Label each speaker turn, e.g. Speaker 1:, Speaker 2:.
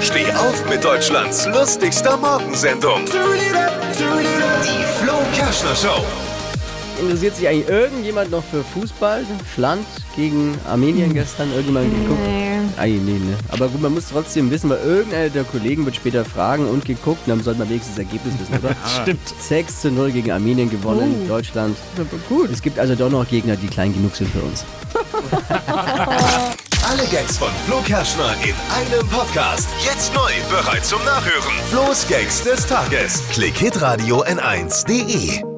Speaker 1: Steh auf mit Deutschlands lustigster Morgensendung. Die Flo Kerschner Show.
Speaker 2: Interessiert sich eigentlich irgendjemand noch für Fußball? Schland gegen Armenien gestern irgendjemand geguckt?
Speaker 3: Nee.
Speaker 2: Eigentlich nee, ne? Aber gut, man muss trotzdem wissen, weil irgendeiner der Kollegen wird später fragen und geguckt, dann sollte man wenigstens das Ergebnis wissen, oder? Stimmt. 6 zu 0 gegen Armenien gewonnen, Deutschland. Gut. Es gibt also doch noch Gegner, die klein genug sind für uns.
Speaker 1: Alle Gags von Flo Kerschner in einem Podcast. Jetzt neu, bereit zum Nachhören. Flo's Gags des Tages. Klick Hitradio N1.de.